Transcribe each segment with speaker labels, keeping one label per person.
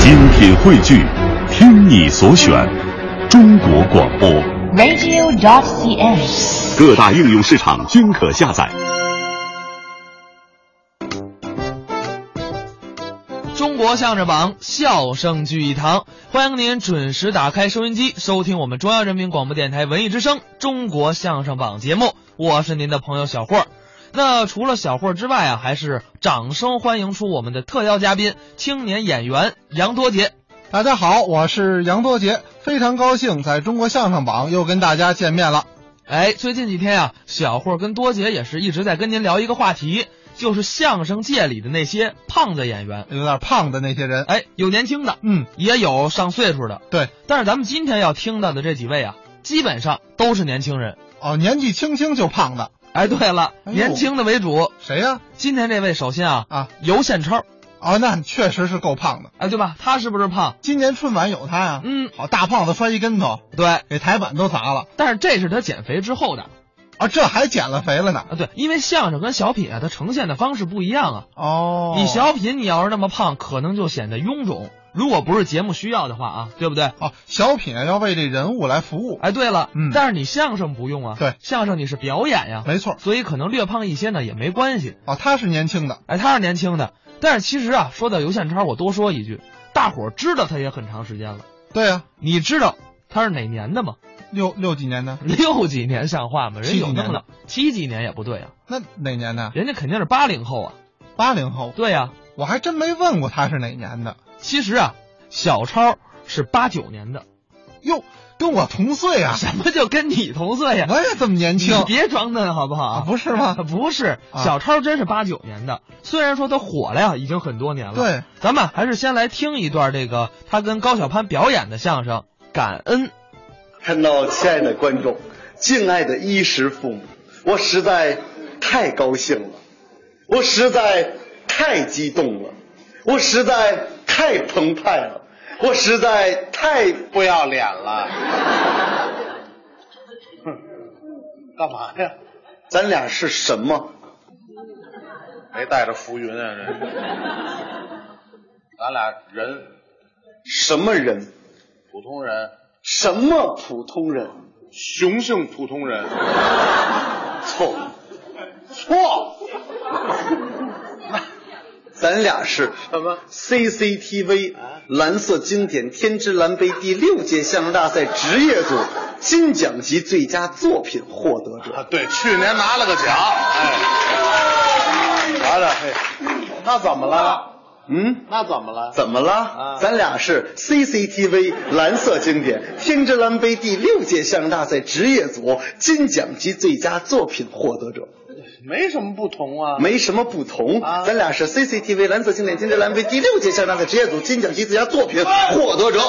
Speaker 1: 精品汇聚，听你所选，中国广播。
Speaker 2: radio.cn。
Speaker 1: 各大应用市场均可下载。
Speaker 3: 中国相声榜，笑声聚一堂。欢迎您准时打开收音机，收听我们中央人民广播电台文艺之声《中国相声榜》节目。我是您的朋友小霍儿。那除了小霍儿之外啊，还是掌声欢迎出我们的特邀嘉宾，青年演员杨多杰。
Speaker 4: 大家好，我是杨多杰，非常高兴在中国相声榜又跟大家见面了。
Speaker 3: 哎，最近几天啊，小霍儿跟多杰也是一直在跟您聊一个话题，就是相声界里的那些胖子演员。
Speaker 4: 有点胖的那些人，
Speaker 3: 哎，有年轻的，
Speaker 4: 嗯，
Speaker 3: 也有上岁数的，
Speaker 4: 对，
Speaker 3: 但是咱们今天要听到的这几位啊，基本上都是年轻人。
Speaker 4: 哦，年纪轻轻就胖的，
Speaker 3: 哎，对了，
Speaker 4: 哎呦
Speaker 3: 年轻的为主。
Speaker 4: 谁呀、
Speaker 3: 今天这位，首先啊，
Speaker 4: 啊？
Speaker 3: 尤宪超，
Speaker 4: 哦，那确实是够胖的。
Speaker 3: 哎，对吧？他是不是胖？
Speaker 4: 今年春晚有他呀、
Speaker 3: 嗯，
Speaker 4: 好大胖子摔一跟头，
Speaker 3: 对。
Speaker 4: 给台板都砸了。
Speaker 3: 但是这是他减肥之后的
Speaker 4: 啊，这还减了肥了呢。
Speaker 3: 啊，对，因为相声跟小品啊，它呈现的方式不一样啊。
Speaker 4: 哦，
Speaker 3: 你小品你要是那么胖，可能就显得臃肿，如果不是节目需要的话啊，对不对？
Speaker 4: 哦，小品要为这人物来服务，
Speaker 3: 哎，对了，
Speaker 4: 嗯
Speaker 3: 但是你相声不用啊，
Speaker 4: 对
Speaker 3: 相声你是表演呀、
Speaker 4: 没错。
Speaker 3: 所以可能略胖一些呢也没关系。
Speaker 4: 哦，他是年轻的，
Speaker 3: 哎，他是年轻的，但是其实啊，说到尤宪超，我多说一句，大伙儿知道他也很长时间了。
Speaker 4: 对呀、
Speaker 3: 你知道他是哪年的吗？
Speaker 4: 六六几年的？
Speaker 3: 六几年像话吗？人有那么老，七几年也不对啊，
Speaker 4: 那哪年的？
Speaker 3: 人家肯定是八零后啊。
Speaker 4: 八零后，
Speaker 3: 对呀、
Speaker 4: 我还真没问过他是哪年的。
Speaker 3: 其实啊，小超是八九年的，
Speaker 4: 哟，跟我同岁啊，
Speaker 3: 什么就跟你同岁呀、
Speaker 4: 我也这么年轻
Speaker 3: 你别装嫩好不好、
Speaker 4: 啊，不是吗？
Speaker 3: 不是，
Speaker 4: 啊
Speaker 3: 小超真是八九年的，虽然说他火了呀，已经很多年了。，
Speaker 4: 对，
Speaker 3: 咱们还是先来听一段这个他跟高晓攀表演的相声《感恩》。
Speaker 5: 看到亲爱的观众，敬爱的衣食父母，我实在太高兴了，我实在太激动了，我实在太澎湃了，我实在太不要脸了。哼，干嘛呀？咱俩是什么？
Speaker 6: 没带着浮云啊，这。咱俩人，
Speaker 5: 什么人？
Speaker 6: 普通人，
Speaker 5: 什么普通人？
Speaker 6: 雄性普通人，
Speaker 5: 错，错。 咱俩是
Speaker 6: 什么啊
Speaker 5: CCTV 蓝色经典天之蓝杯第六届相声大赛职业组金奖级最佳作品获得者。
Speaker 6: 啊，对，去年拿了个奖，哎，拿着，嘿，
Speaker 5: 哎
Speaker 6: 那怎么了？
Speaker 5: 嗯，
Speaker 6: 那怎么了？
Speaker 5: 怎么了？
Speaker 6: 啊
Speaker 5: 咱俩是 CCTV 蓝色经典天之蓝杯第六届相声大赛职业组金奖级最佳作品获得者。
Speaker 6: 没什么不同啊，
Speaker 5: 没什么不同，
Speaker 6: 啊
Speaker 5: 咱俩是 CCTV 蓝色经典金之蓝杯第六届相声大赛职业组金奖级最佳作品
Speaker 6: 哎
Speaker 5: 获得者。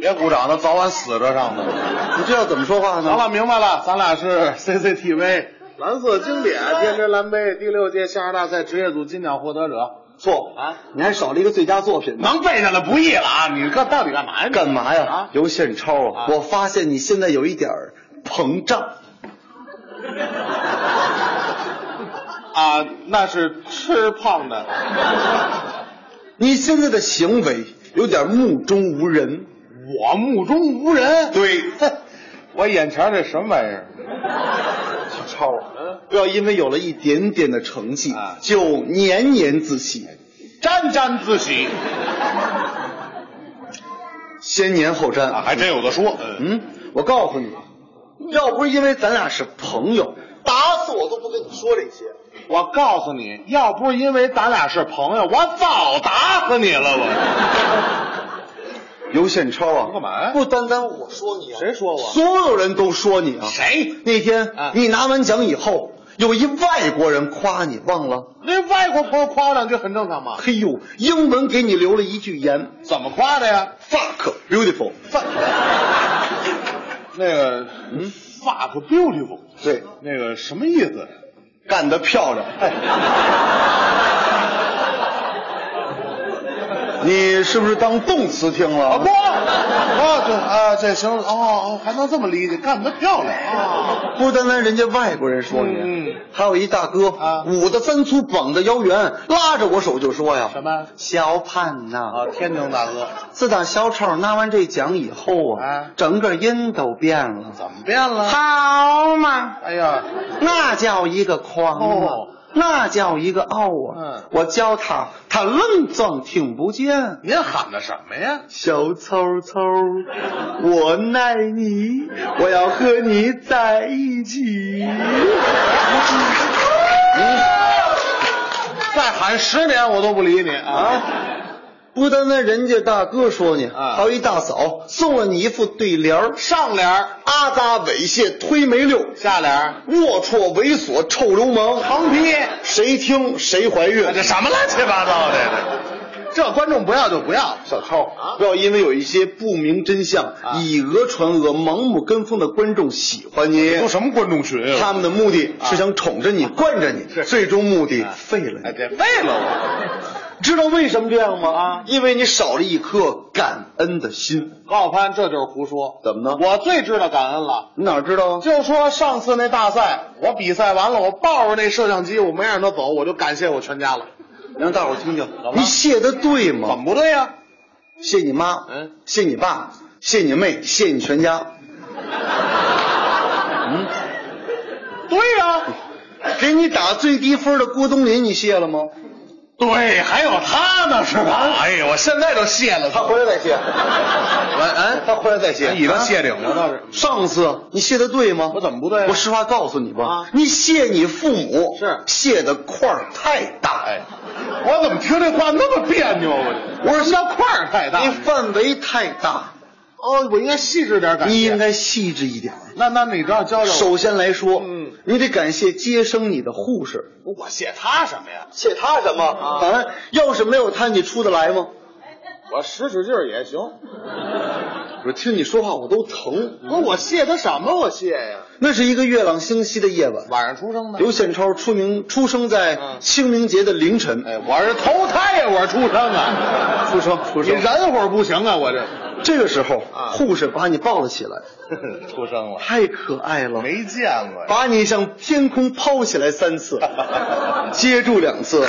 Speaker 6: 别鼓掌，他早晚死这上头。
Speaker 5: 你这要怎么说话
Speaker 6: 行
Speaker 5: 呢？
Speaker 6: 了，明白了，咱俩是 CCTV 蓝色经典天之蓝杯第六届相声大赛职业组金奖获得者，
Speaker 5: 错
Speaker 6: 啊，
Speaker 5: 你还少了一个最佳作品呢。
Speaker 6: 能背下来不易了啊！你干到底干嘛呀？
Speaker 5: 干嘛呀？
Speaker 6: 啊
Speaker 5: 刘宪超啊
Speaker 6: 啊
Speaker 5: 我发现你现在有一点儿膨胀，
Speaker 6: 啊，那是吃胖的。
Speaker 5: 你现在的行为有点目中无人。
Speaker 6: 我目中无人，
Speaker 5: 对，
Speaker 6: 我眼前这什么玩意儿？
Speaker 5: 超， 不要因为有了一点点的成绩、
Speaker 6: 啊
Speaker 5: 就年年自喜，
Speaker 6: 沾沾自喜
Speaker 5: 先年后瞻。
Speaker 6: 啊，还真有的说。嗯，
Speaker 5: 嗯，我告诉你，要不是因为咱俩是朋友，打死我都不跟你说这些。
Speaker 6: 我告诉你，要不是因为咱俩是朋友，我早打死你了。我
Speaker 5: 刘宪超啊，
Speaker 6: 干嘛呀
Speaker 5: 不单单我说你啊，
Speaker 6: 谁说我
Speaker 5: 所有人都说你啊。
Speaker 6: 谁？
Speaker 5: 那天、
Speaker 6: 啊
Speaker 5: 你拿完奖以后，有一外国人夸你，忘了？
Speaker 6: 那外国朋友夸我两句很正常嘛？
Speaker 5: 嘿呦，英文给你留了一句言
Speaker 6: 怎么夸的呀？
Speaker 5: ：fuck beautiful。
Speaker 6: 那个，嗯，fuck beautiful，
Speaker 5: 对，
Speaker 6: 那个什么意思？
Speaker 5: 干得漂亮！哎，你是不是当动词听了？
Speaker 6: 啊不，啊这啊这行哦哦，还能这么理解，干得漂亮啊！
Speaker 5: 哦不单单人家外国人说你，
Speaker 6: 嗯嗯
Speaker 5: 还有一大哥
Speaker 6: 啊
Speaker 5: 舞的三粗，膀的腰圆，拉着我手就说呀，
Speaker 6: 什么
Speaker 5: 小盼呐、
Speaker 6: 啊，天津大哥
Speaker 5: 自打小丑拿完这奖以后啊，
Speaker 6: 啊
Speaker 5: 整个音都变了，
Speaker 6: 怎么变了？
Speaker 5: 好嘛，
Speaker 6: 哎呀，
Speaker 5: 那叫一个狂啊，
Speaker 6: 哦
Speaker 5: 那叫一个傲啊！
Speaker 6: 嗯
Speaker 5: 我教他，他愣装听不见。
Speaker 6: 您喊的什么呀？
Speaker 5: 小丑丑，我爱你，我要和你在一起。
Speaker 6: 再喊十年我都不理你啊！
Speaker 5: 啊！不单单人家大哥说你，
Speaker 6: 啊
Speaker 5: 还有一大嫂送了你一副对联儿
Speaker 6: 上联儿
Speaker 5: 阿扎猥亵推梅六，
Speaker 6: 下联儿
Speaker 5: 龌龊猥琐臭流氓，
Speaker 6: 横批，
Speaker 5: 谁听谁怀
Speaker 6: 啊这
Speaker 5: 孕。
Speaker 6: 什么乱七八糟的？这这观众不要就不要，小臭啊！
Speaker 5: 不要因为有一些不明真相、
Speaker 6: 啊
Speaker 5: 以讹传讹、盲目跟风的观众喜欢你，
Speaker 6: 都什么观众群啊？
Speaker 5: 他们的目的是想宠着你、惯着你，
Speaker 6: 是
Speaker 5: 最终目的
Speaker 6: 啊
Speaker 5: 废了你。
Speaker 6: 哎，这废了我，
Speaker 5: 知道为什么这样吗？
Speaker 6: 啊
Speaker 5: 因为你少了一颗感恩的心。
Speaker 6: 高晓攀这就是胡说。
Speaker 5: 怎么呢
Speaker 6: 我最知道感恩了。
Speaker 5: 你哪知道啊？
Speaker 6: 就说上次那大赛，我比赛完了，我抱着那摄像机，我没让他走，我就感谢我全家了。
Speaker 5: 让大伙儿听听
Speaker 6: 么，了
Speaker 5: 你谢的对
Speaker 6: 怎么
Speaker 5: 吗？
Speaker 6: 不对呀、
Speaker 5: 谢你妈，
Speaker 6: 嗯，
Speaker 5: 谢你爸，谢你妹，谢你全 家，嗯
Speaker 6: 对呀、
Speaker 5: 给你打最低分的郭冬临，你谢了吗？
Speaker 6: 对，还有他呢，是吧？哎呀，我现在都谢了
Speaker 5: 他
Speaker 6: 他。
Speaker 5: 回来 再谢，嗯，他回来再谢，
Speaker 6: 哎你都谢顶了倒是
Speaker 5: 上次你谢的对吗？
Speaker 6: 我怎么不对啊
Speaker 5: 我实话告诉你吧，
Speaker 6: 啊
Speaker 5: 你谢你父母
Speaker 6: 是
Speaker 5: 谢的块儿太大，
Speaker 6: 哎，我怎么听这话那么别扭啊？我说叫块儿太大
Speaker 5: 你。范围太大，
Speaker 6: 哦，我应该细致点感谢。
Speaker 5: 你应该细致一点儿。
Speaker 6: 那那你这样教教我，
Speaker 5: 首先来说，
Speaker 6: 嗯，
Speaker 5: 你得感谢接生你的护士，
Speaker 6: 我谢他什么呀？
Speaker 5: 谢他什么啊？要是没有他，你出得来吗？
Speaker 6: 我使使劲儿也行。
Speaker 5: 我听你说话我都疼。
Speaker 6: 不是我谢他什么？我谢呀？
Speaker 5: 那是一个月朗星稀的夜晚，
Speaker 6: 晚上出生的。
Speaker 5: 刘显超出名出生在
Speaker 6: 嗯
Speaker 5: 清明节的凌晨，
Speaker 6: 哎，我是投胎呀，我是出生啊，
Speaker 5: 出生出
Speaker 6: 你
Speaker 5: 生。
Speaker 6: 人火不行啊，我这
Speaker 5: 这个时候，
Speaker 6: 啊
Speaker 5: 护士把你抱了起来，
Speaker 6: 出生了，
Speaker 5: 太可爱了，
Speaker 6: 没见过呀。
Speaker 5: 把你向天空抛起来 三次，接住两次，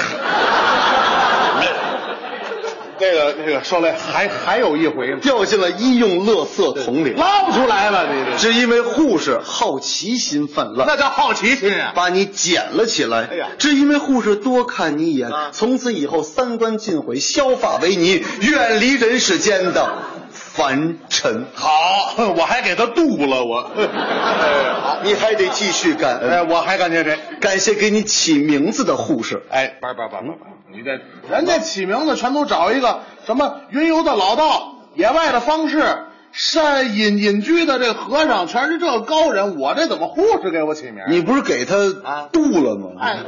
Speaker 6: 这个这个说来还还有一回呢，
Speaker 5: 掉进了医用垃圾桶里，
Speaker 6: 捞不出来了，你这
Speaker 5: 只因为护士好奇心泛滥。
Speaker 6: 那叫好奇心啊！
Speaker 5: 把你捡了起来。
Speaker 6: 哎呀
Speaker 5: 只因为护士多看你一眼，
Speaker 6: 啊
Speaker 5: 从此以后三观尽毁，削发为尼，远离人世间的凡尘。
Speaker 6: 好，我还给他渡了我。 哎好，
Speaker 5: 你还得继续感恩，
Speaker 6: 哎，我还感谢谁？
Speaker 5: 感谢给你起名字的护士。
Speaker 6: 哎，不是不是不是不是，你这人家起名字全都找一个什么云游的老道、野外的方士、善隐隐居的这和尚，全是这个高人。我这怎么护士给我起名？
Speaker 5: 你不是给他
Speaker 6: 啊
Speaker 5: 渡了吗？
Speaker 6: 哎，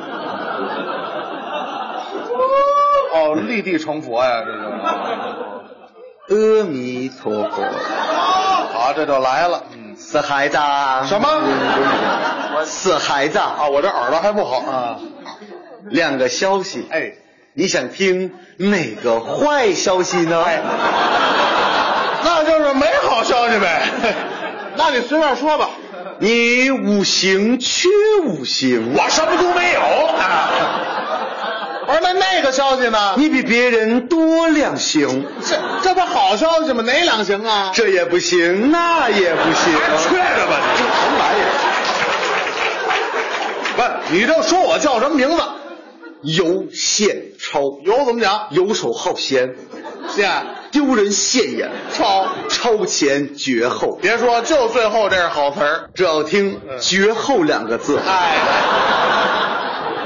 Speaker 6: 哦，立地成佛呀，这就
Speaker 5: 阿弥陀佛，
Speaker 6: 好，这就来了。嗯，
Speaker 5: 死孩子啊，
Speaker 6: 什么？
Speaker 5: 死孩子啊，
Speaker 6: 啊，我这耳朵还不好啊。
Speaker 5: 两个消息，
Speaker 6: 哎，
Speaker 5: 你想听哪个坏消息呢？
Speaker 6: 那就是没好消息呗。 那你随便说吧。
Speaker 5: 你五行缺五行，
Speaker 6: 我什么都没有啊。 我说那那个消息呢？
Speaker 5: 你比别人多两行，
Speaker 6: 这这不好消息吗？哪两行啊？
Speaker 5: 这也不行，那也不行。
Speaker 6: 着吧你！什么玩意儿？不是，你就说我叫什么名字？
Speaker 5: 尤宪超，
Speaker 6: 有怎么讲？
Speaker 5: 游手好闲，
Speaker 6: 谢
Speaker 5: 丢人现眼，
Speaker 6: 超，
Speaker 5: 超前绝后。
Speaker 6: 别说，就最后这是好词儿。
Speaker 5: 只要听“
Speaker 6: 嗯
Speaker 5: 绝后”两个字，
Speaker 6: 哎，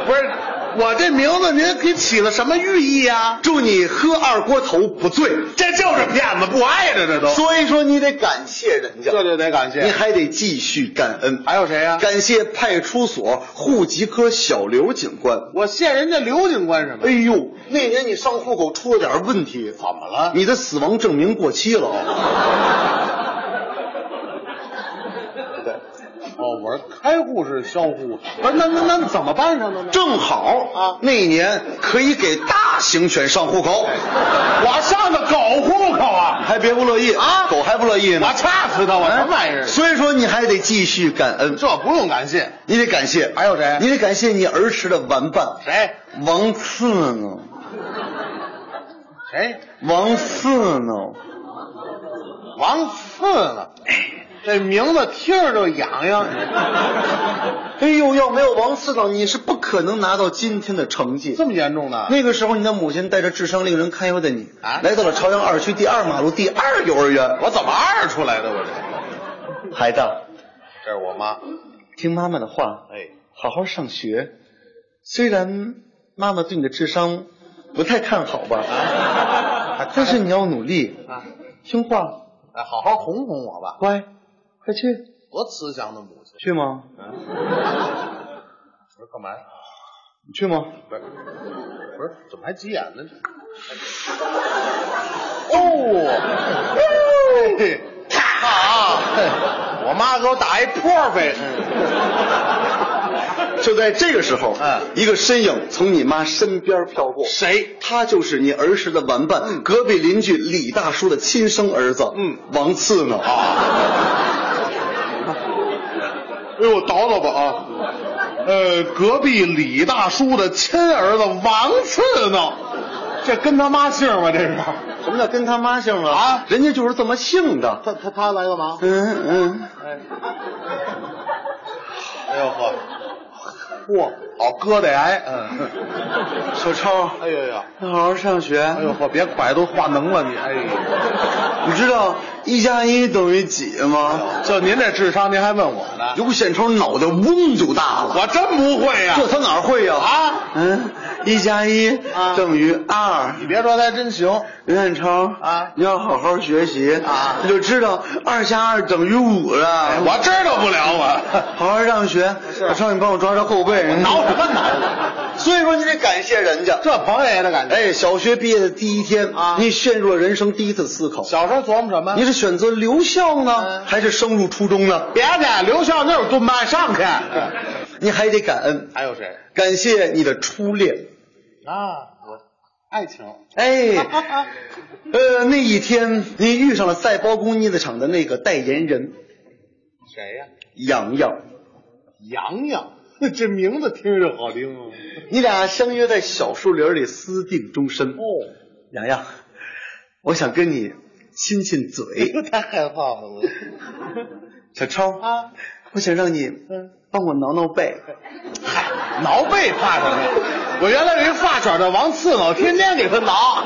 Speaker 6: 不是，我这名字您给起了什么寓意啊？
Speaker 5: 祝你喝二锅头不醉。
Speaker 6: 这就是骗子，不挨着这都
Speaker 5: 所以说你得感谢人家，
Speaker 6: 这就得感
Speaker 5: 你
Speaker 6: 谢。
Speaker 5: 还得继续感恩。
Speaker 6: 还有谁呀、
Speaker 5: 感谢派出所户籍科小刘警官。
Speaker 6: 我谢人家刘警官什么
Speaker 5: 哎？呦，那年你上户口出了点问题，
Speaker 6: 怎么了？
Speaker 5: 你的死亡证明过期了啊。
Speaker 6: 哦，我说开户是销户，不是那那那怎么办上的呢？
Speaker 5: 正好
Speaker 6: 啊
Speaker 5: 那一年可以给大型犬上户口，
Speaker 6: 我上的狗户口啊！
Speaker 5: 还别不乐意
Speaker 6: 啊
Speaker 5: 狗还不乐意呢，嗯
Speaker 6: 我掐死他！我什么玩意儿？
Speaker 5: 所以说你还得继续感恩，
Speaker 6: 这不用感谢，
Speaker 5: 你得感谢，
Speaker 6: 还有谁
Speaker 5: 你得感谢你儿时的玩伴
Speaker 6: 谁
Speaker 5: 王四呢，
Speaker 6: 谁
Speaker 5: 王四呢，
Speaker 6: 王四了，这名字听着就痒痒。
Speaker 5: 哎呦，要没有王四呢，你是不可能拿到今天的成绩。
Speaker 6: 这么严重的？
Speaker 5: 那个时候，你的母亲带着智商令人堪忧的你
Speaker 6: 啊
Speaker 5: 来到了朝阳二区第二马路第二幼儿园。
Speaker 6: 我怎么二出来的？我这
Speaker 5: 孩子，
Speaker 6: 这是我妈。
Speaker 5: 听妈妈的话，
Speaker 6: 哎，
Speaker 5: 好好上学。虽然妈妈对你的智商不太看好吧，但是你要努力，
Speaker 6: 啊，
Speaker 5: 听话，
Speaker 6: 哎，好好哄哄我吧，
Speaker 5: 乖，快去，
Speaker 6: 多慈祥的母亲。
Speaker 5: 去吗？
Speaker 6: 我说干嘛呀？
Speaker 5: 你去吗？
Speaker 6: 不是，不是，怎么还急眼呢？哦，嘿啊！我妈给我打一破费，
Speaker 5: 嗯就在这个时候，
Speaker 6: 嗯
Speaker 5: 一个身影从你妈身边飘过。
Speaker 6: 谁？
Speaker 5: 他就是你儿时的玩伴，隔壁邻居李大叔的亲生儿子，
Speaker 6: 嗯，啊
Speaker 5: 王次呢？
Speaker 6: 哎呦，倒倒吧啊！呃，隔壁李大叔的亲儿子王次呢？这跟他妈姓吗？这是？
Speaker 5: 什么叫跟他妈姓啊？啊，人家就是这么姓的。
Speaker 6: 他他他来干嘛？
Speaker 5: 嗯嗯，
Speaker 6: 哎呦呵，嚯，好疙瘩癌！嗯，
Speaker 5: 小超，
Speaker 6: 哎呦呦，
Speaker 5: 要好好上学。
Speaker 6: 哎呦呵，别拐都化脓了你！哎呦。
Speaker 5: 你知道一加一等于几吗？
Speaker 6: 就您这智商，您还问我呢？
Speaker 5: 刘显超脑袋嗡就大了，
Speaker 6: 我真不会呀、
Speaker 5: 这他哪儿会呀？
Speaker 6: 啊！
Speaker 5: 嗯，一加一
Speaker 6: 啊
Speaker 5: 等于二。
Speaker 6: 你别说，他还真行。
Speaker 5: 刘显超
Speaker 6: 啊
Speaker 5: 你要好好学习
Speaker 6: 啊哎
Speaker 5: 你就知道二加二等于五了。
Speaker 6: 我知道不了我，
Speaker 5: 好好上学，小超，你帮我抓抓后背。人
Speaker 6: 挠什么挠？
Speaker 5: 所以说你得感谢人家。
Speaker 6: 这朋友也得感觉。
Speaker 5: 哎，小学毕业的第一天
Speaker 6: 啊
Speaker 5: 你陷入了人生第一次思考：
Speaker 6: 小时候琢磨什么？
Speaker 5: 你是选择留校呢，
Speaker 6: 嗯
Speaker 5: 还是升入初中呢？
Speaker 6: 别去，留校那有蹲班上去。
Speaker 5: 你还得感恩，
Speaker 6: 还有谁
Speaker 5: 感谢你的初恋。
Speaker 6: 啊？我爱情。
Speaker 5: 哎，
Speaker 6: 啊
Speaker 5: 呃，那一天你遇上了赛包公捏子厂的那个代言人
Speaker 6: 谁呀、
Speaker 5: 洋洋，
Speaker 6: 洋洋，这名字听着好听
Speaker 5: 哦
Speaker 6: 啊。
Speaker 5: 你俩相约在小树林里私定终身。
Speaker 6: 哦，
Speaker 5: 洋洋，我想跟你亲亲 嘴。
Speaker 6: 太害怕了我。
Speaker 5: 小超
Speaker 6: 啊，嗯
Speaker 5: 我想让你帮我挠挠背。
Speaker 6: 嗨，挠背怕什么呀？我原来有一发小叫王刺呢，我天天给他挠。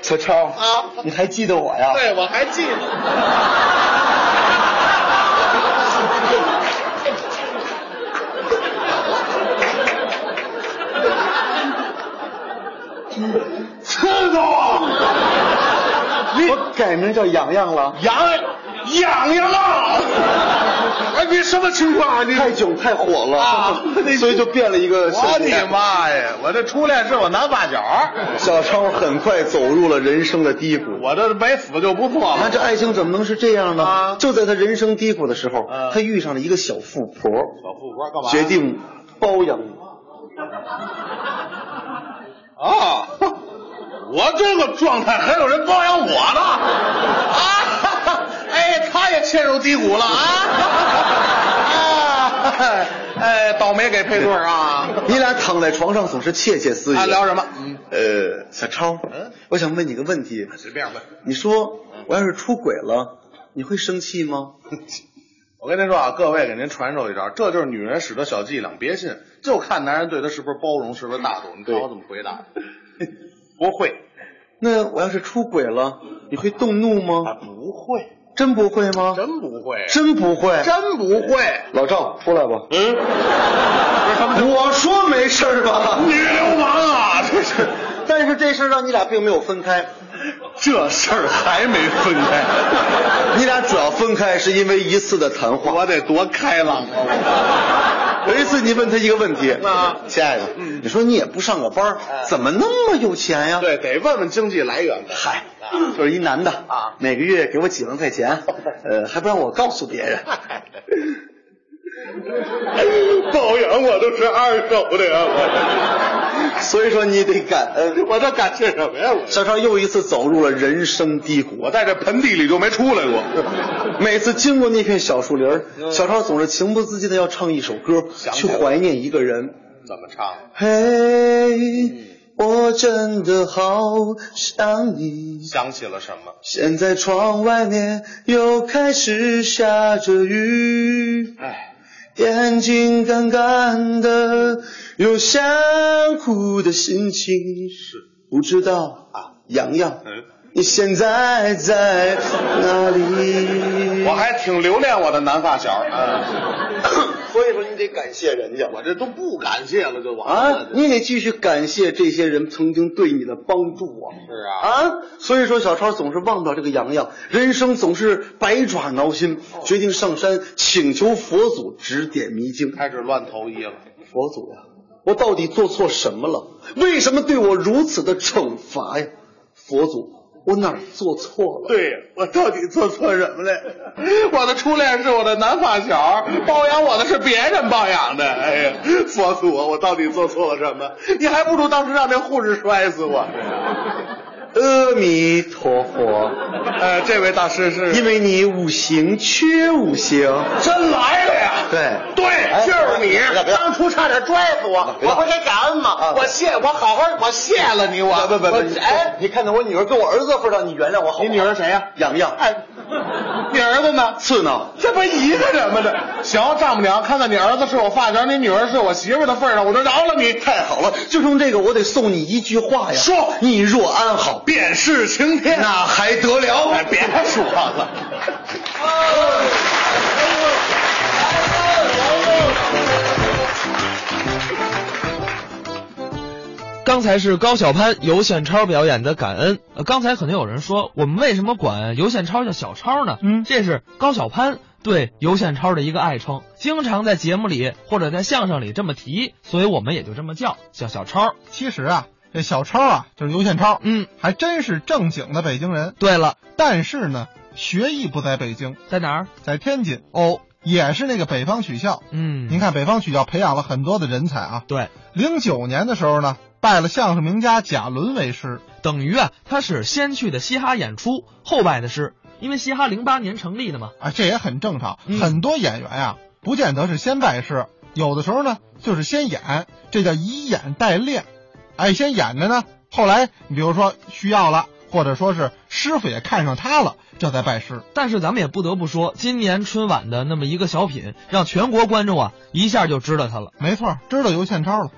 Speaker 5: 小超
Speaker 6: 啊
Speaker 5: 你还记得我呀？
Speaker 6: 对，我还记得。刺头 啊！
Speaker 5: 我改名叫洋洋了。
Speaker 6: 痒痒痒啊！哎，你什么情况啊？你
Speaker 5: 太囧太火了，
Speaker 6: 啊
Speaker 5: 所以就变了一个性
Speaker 6: 我
Speaker 5: 格。
Speaker 6: 的妈呀！我这初恋是我男发小，
Speaker 5: 小超很快走入了人生的低谷。
Speaker 6: 我这没死就不错
Speaker 5: 那
Speaker 6: 了。
Speaker 5: 这爱情怎么能是这样呢？
Speaker 6: 啊
Speaker 5: 就在他人生低谷的时候，
Speaker 6: 嗯
Speaker 5: 他遇上了一个小富婆，
Speaker 6: 小富婆干嘛？
Speaker 5: 决定包养你。
Speaker 6: 啊，我这个状态还有人包养我呢啊！哎，他也陷入低谷了啊！啊，哎，倒霉给配对儿啊！
Speaker 5: 你俩躺在床上总是窃窃私语。
Speaker 6: 啊，聊什么？嗯，
Speaker 5: 呃，小超，
Speaker 6: 嗯
Speaker 5: 我想问你个问题，
Speaker 6: 随便问。
Speaker 5: 你说我要是出轨了，你会生气吗？
Speaker 6: 我跟您说啊，各位给您传授一招，这就是女人使的小伎俩，别信，就看男人对她是不是包容，是不是大度。你看我怎么回答？ 不会
Speaker 5: 那我要是出轨了，你会动怒
Speaker 6: 啊，
Speaker 5: 吗？
Speaker 6: 不会，
Speaker 5: 真不会吗？
Speaker 6: 真不会，
Speaker 5: 真不会。
Speaker 6: 真不会。
Speaker 5: 老赵，出来吧。
Speaker 6: 嗯，不是他们
Speaker 5: 我说没事儿 吧？
Speaker 6: 女流氓啊， 这是
Speaker 5: 但是这事儿让你俩并没有分开。
Speaker 6: 这事儿还没分开，
Speaker 5: 你俩主要分开是因为一次的谈话。
Speaker 6: 我得多开朗啊！
Speaker 5: 有一次你问他一个问题，
Speaker 6: 啊哎
Speaker 5: 亲爱的，你说你也不上个班儿，怎么那么有钱呀？，
Speaker 6: 对，得问问经济来源呗。
Speaker 5: 嗨，就是一男的
Speaker 6: 啊哦
Speaker 5: 每个月给我几万块钱，呃，还不让我告诉别人。
Speaker 6: 抱养我都是二手的呀，我
Speaker 5: 所以说你得感恩。
Speaker 6: 这 我这感谢什么呀？我
Speaker 5: 小超又一次走入了人生低谷
Speaker 6: 我。在这盆地里就没出来过。 嗯
Speaker 5: 每次经过那片小树林儿，小超总是情不自禁的要唱一首歌，
Speaker 6: 想
Speaker 5: 去
Speaker 6: 起来
Speaker 5: 怀念一个人。
Speaker 6: 怎么唱？嗯
Speaker 5: 嘿，我真的好想你。
Speaker 6: 想起了什么？
Speaker 5: 现在窗外面又开始下着雨，
Speaker 6: 哎，
Speaker 5: 眼睛干干的，有想哭的心情。是，不知道啊，洋洋，
Speaker 6: 嗯，
Speaker 5: 你现在在哪里？
Speaker 6: 我还挺留恋我的男发小。嗯，
Speaker 5: 所以说你得感谢人家
Speaker 6: 我这都不感谢了，就完了
Speaker 5: 啊，
Speaker 6: 这。
Speaker 5: 你得继续感谢这些人曾经对你的帮助啊。
Speaker 6: 是啊，
Speaker 5: 啊，所以说小超总是忘不了这个洋洋，人生总是百爪挠心，
Speaker 6: 哦
Speaker 5: 决定上山请求佛祖指点迷津。
Speaker 6: 开始乱投医了。
Speaker 5: 佛祖呀，我到底做错什么了？为什么对我如此的惩罚呀？佛祖，我哪儿做错了？
Speaker 6: 对我到底做错什么了？我的初恋是我的男发小，包养我的是别人包养的。哎呀，佛祖啊，我到底做错了什么？你还不如当时让这护士摔死我。
Speaker 5: 阿弥陀佛，
Speaker 6: 呃，这位大师是
Speaker 5: 因为你五行缺五行。
Speaker 6: 真来了呀？
Speaker 5: 对
Speaker 6: 对，哎就是你，当初差点摔死我，我不啊该感恩吗？我谢，我好好，我谢了你，我
Speaker 5: 不不不，你
Speaker 6: 哎，
Speaker 5: 你看在我女儿跟我儿子的份上，你原谅我好
Speaker 6: 你
Speaker 5: 吗？
Speaker 6: 女儿谁呀？
Speaker 5: 洋洋，
Speaker 6: 哎，你儿子呢？
Speaker 5: 刺挠。
Speaker 6: 这不一个人吗？这行，丈母娘，看在你儿子是我发小，你女儿是我媳妇儿的份儿上，我就饶了你。
Speaker 5: 太好了，就冲这个，我得送你一句话呀。
Speaker 6: 说
Speaker 5: 你若安好，
Speaker 6: 便是晴天，
Speaker 5: 那还得了？
Speaker 6: 哎，别说了。
Speaker 3: 刚才是高晓攀、尤宪超表演的《感恩》。呃，刚才可能有人说，我们为什么管尤宪超叫小超呢？
Speaker 4: 嗯
Speaker 3: 这是高晓攀对尤宪超的一个爱称，经常在节目里或者在相声里这么提，所以我们也就这么叫，叫小超。
Speaker 4: 其实啊，这小超啊，就是尤宪超，
Speaker 3: 嗯，
Speaker 4: 还真是正经的北京人，
Speaker 3: 对了，
Speaker 4: 但是呢，学艺不在北京，
Speaker 3: 在哪儿？
Speaker 4: 在天津，
Speaker 3: 哦，
Speaker 4: 也是那个北方曲校。
Speaker 3: 嗯，
Speaker 4: 您看，北方曲校培养了很多的人才啊。
Speaker 3: 对，
Speaker 4: 零九年的时候呢，拜了相声名家贾伦为师。
Speaker 3: 等于啊，他是先去的嘻哈演出，后拜的师，因为嘻哈零八年成立的嘛。
Speaker 4: 啊，这也很正常。
Speaker 3: 嗯
Speaker 4: 很多演员呀、不见得是先拜师，有的时候呢，就是先演，这叫以演代练。哎，先演着呢，后来你比如说需要了，或者说是师傅也看上他了，这才拜师。
Speaker 3: 但是咱们也不得不说，今年春晚的那么一个小品，让全国观众啊一下就知道他了。
Speaker 4: 没错，知道尤宪超了。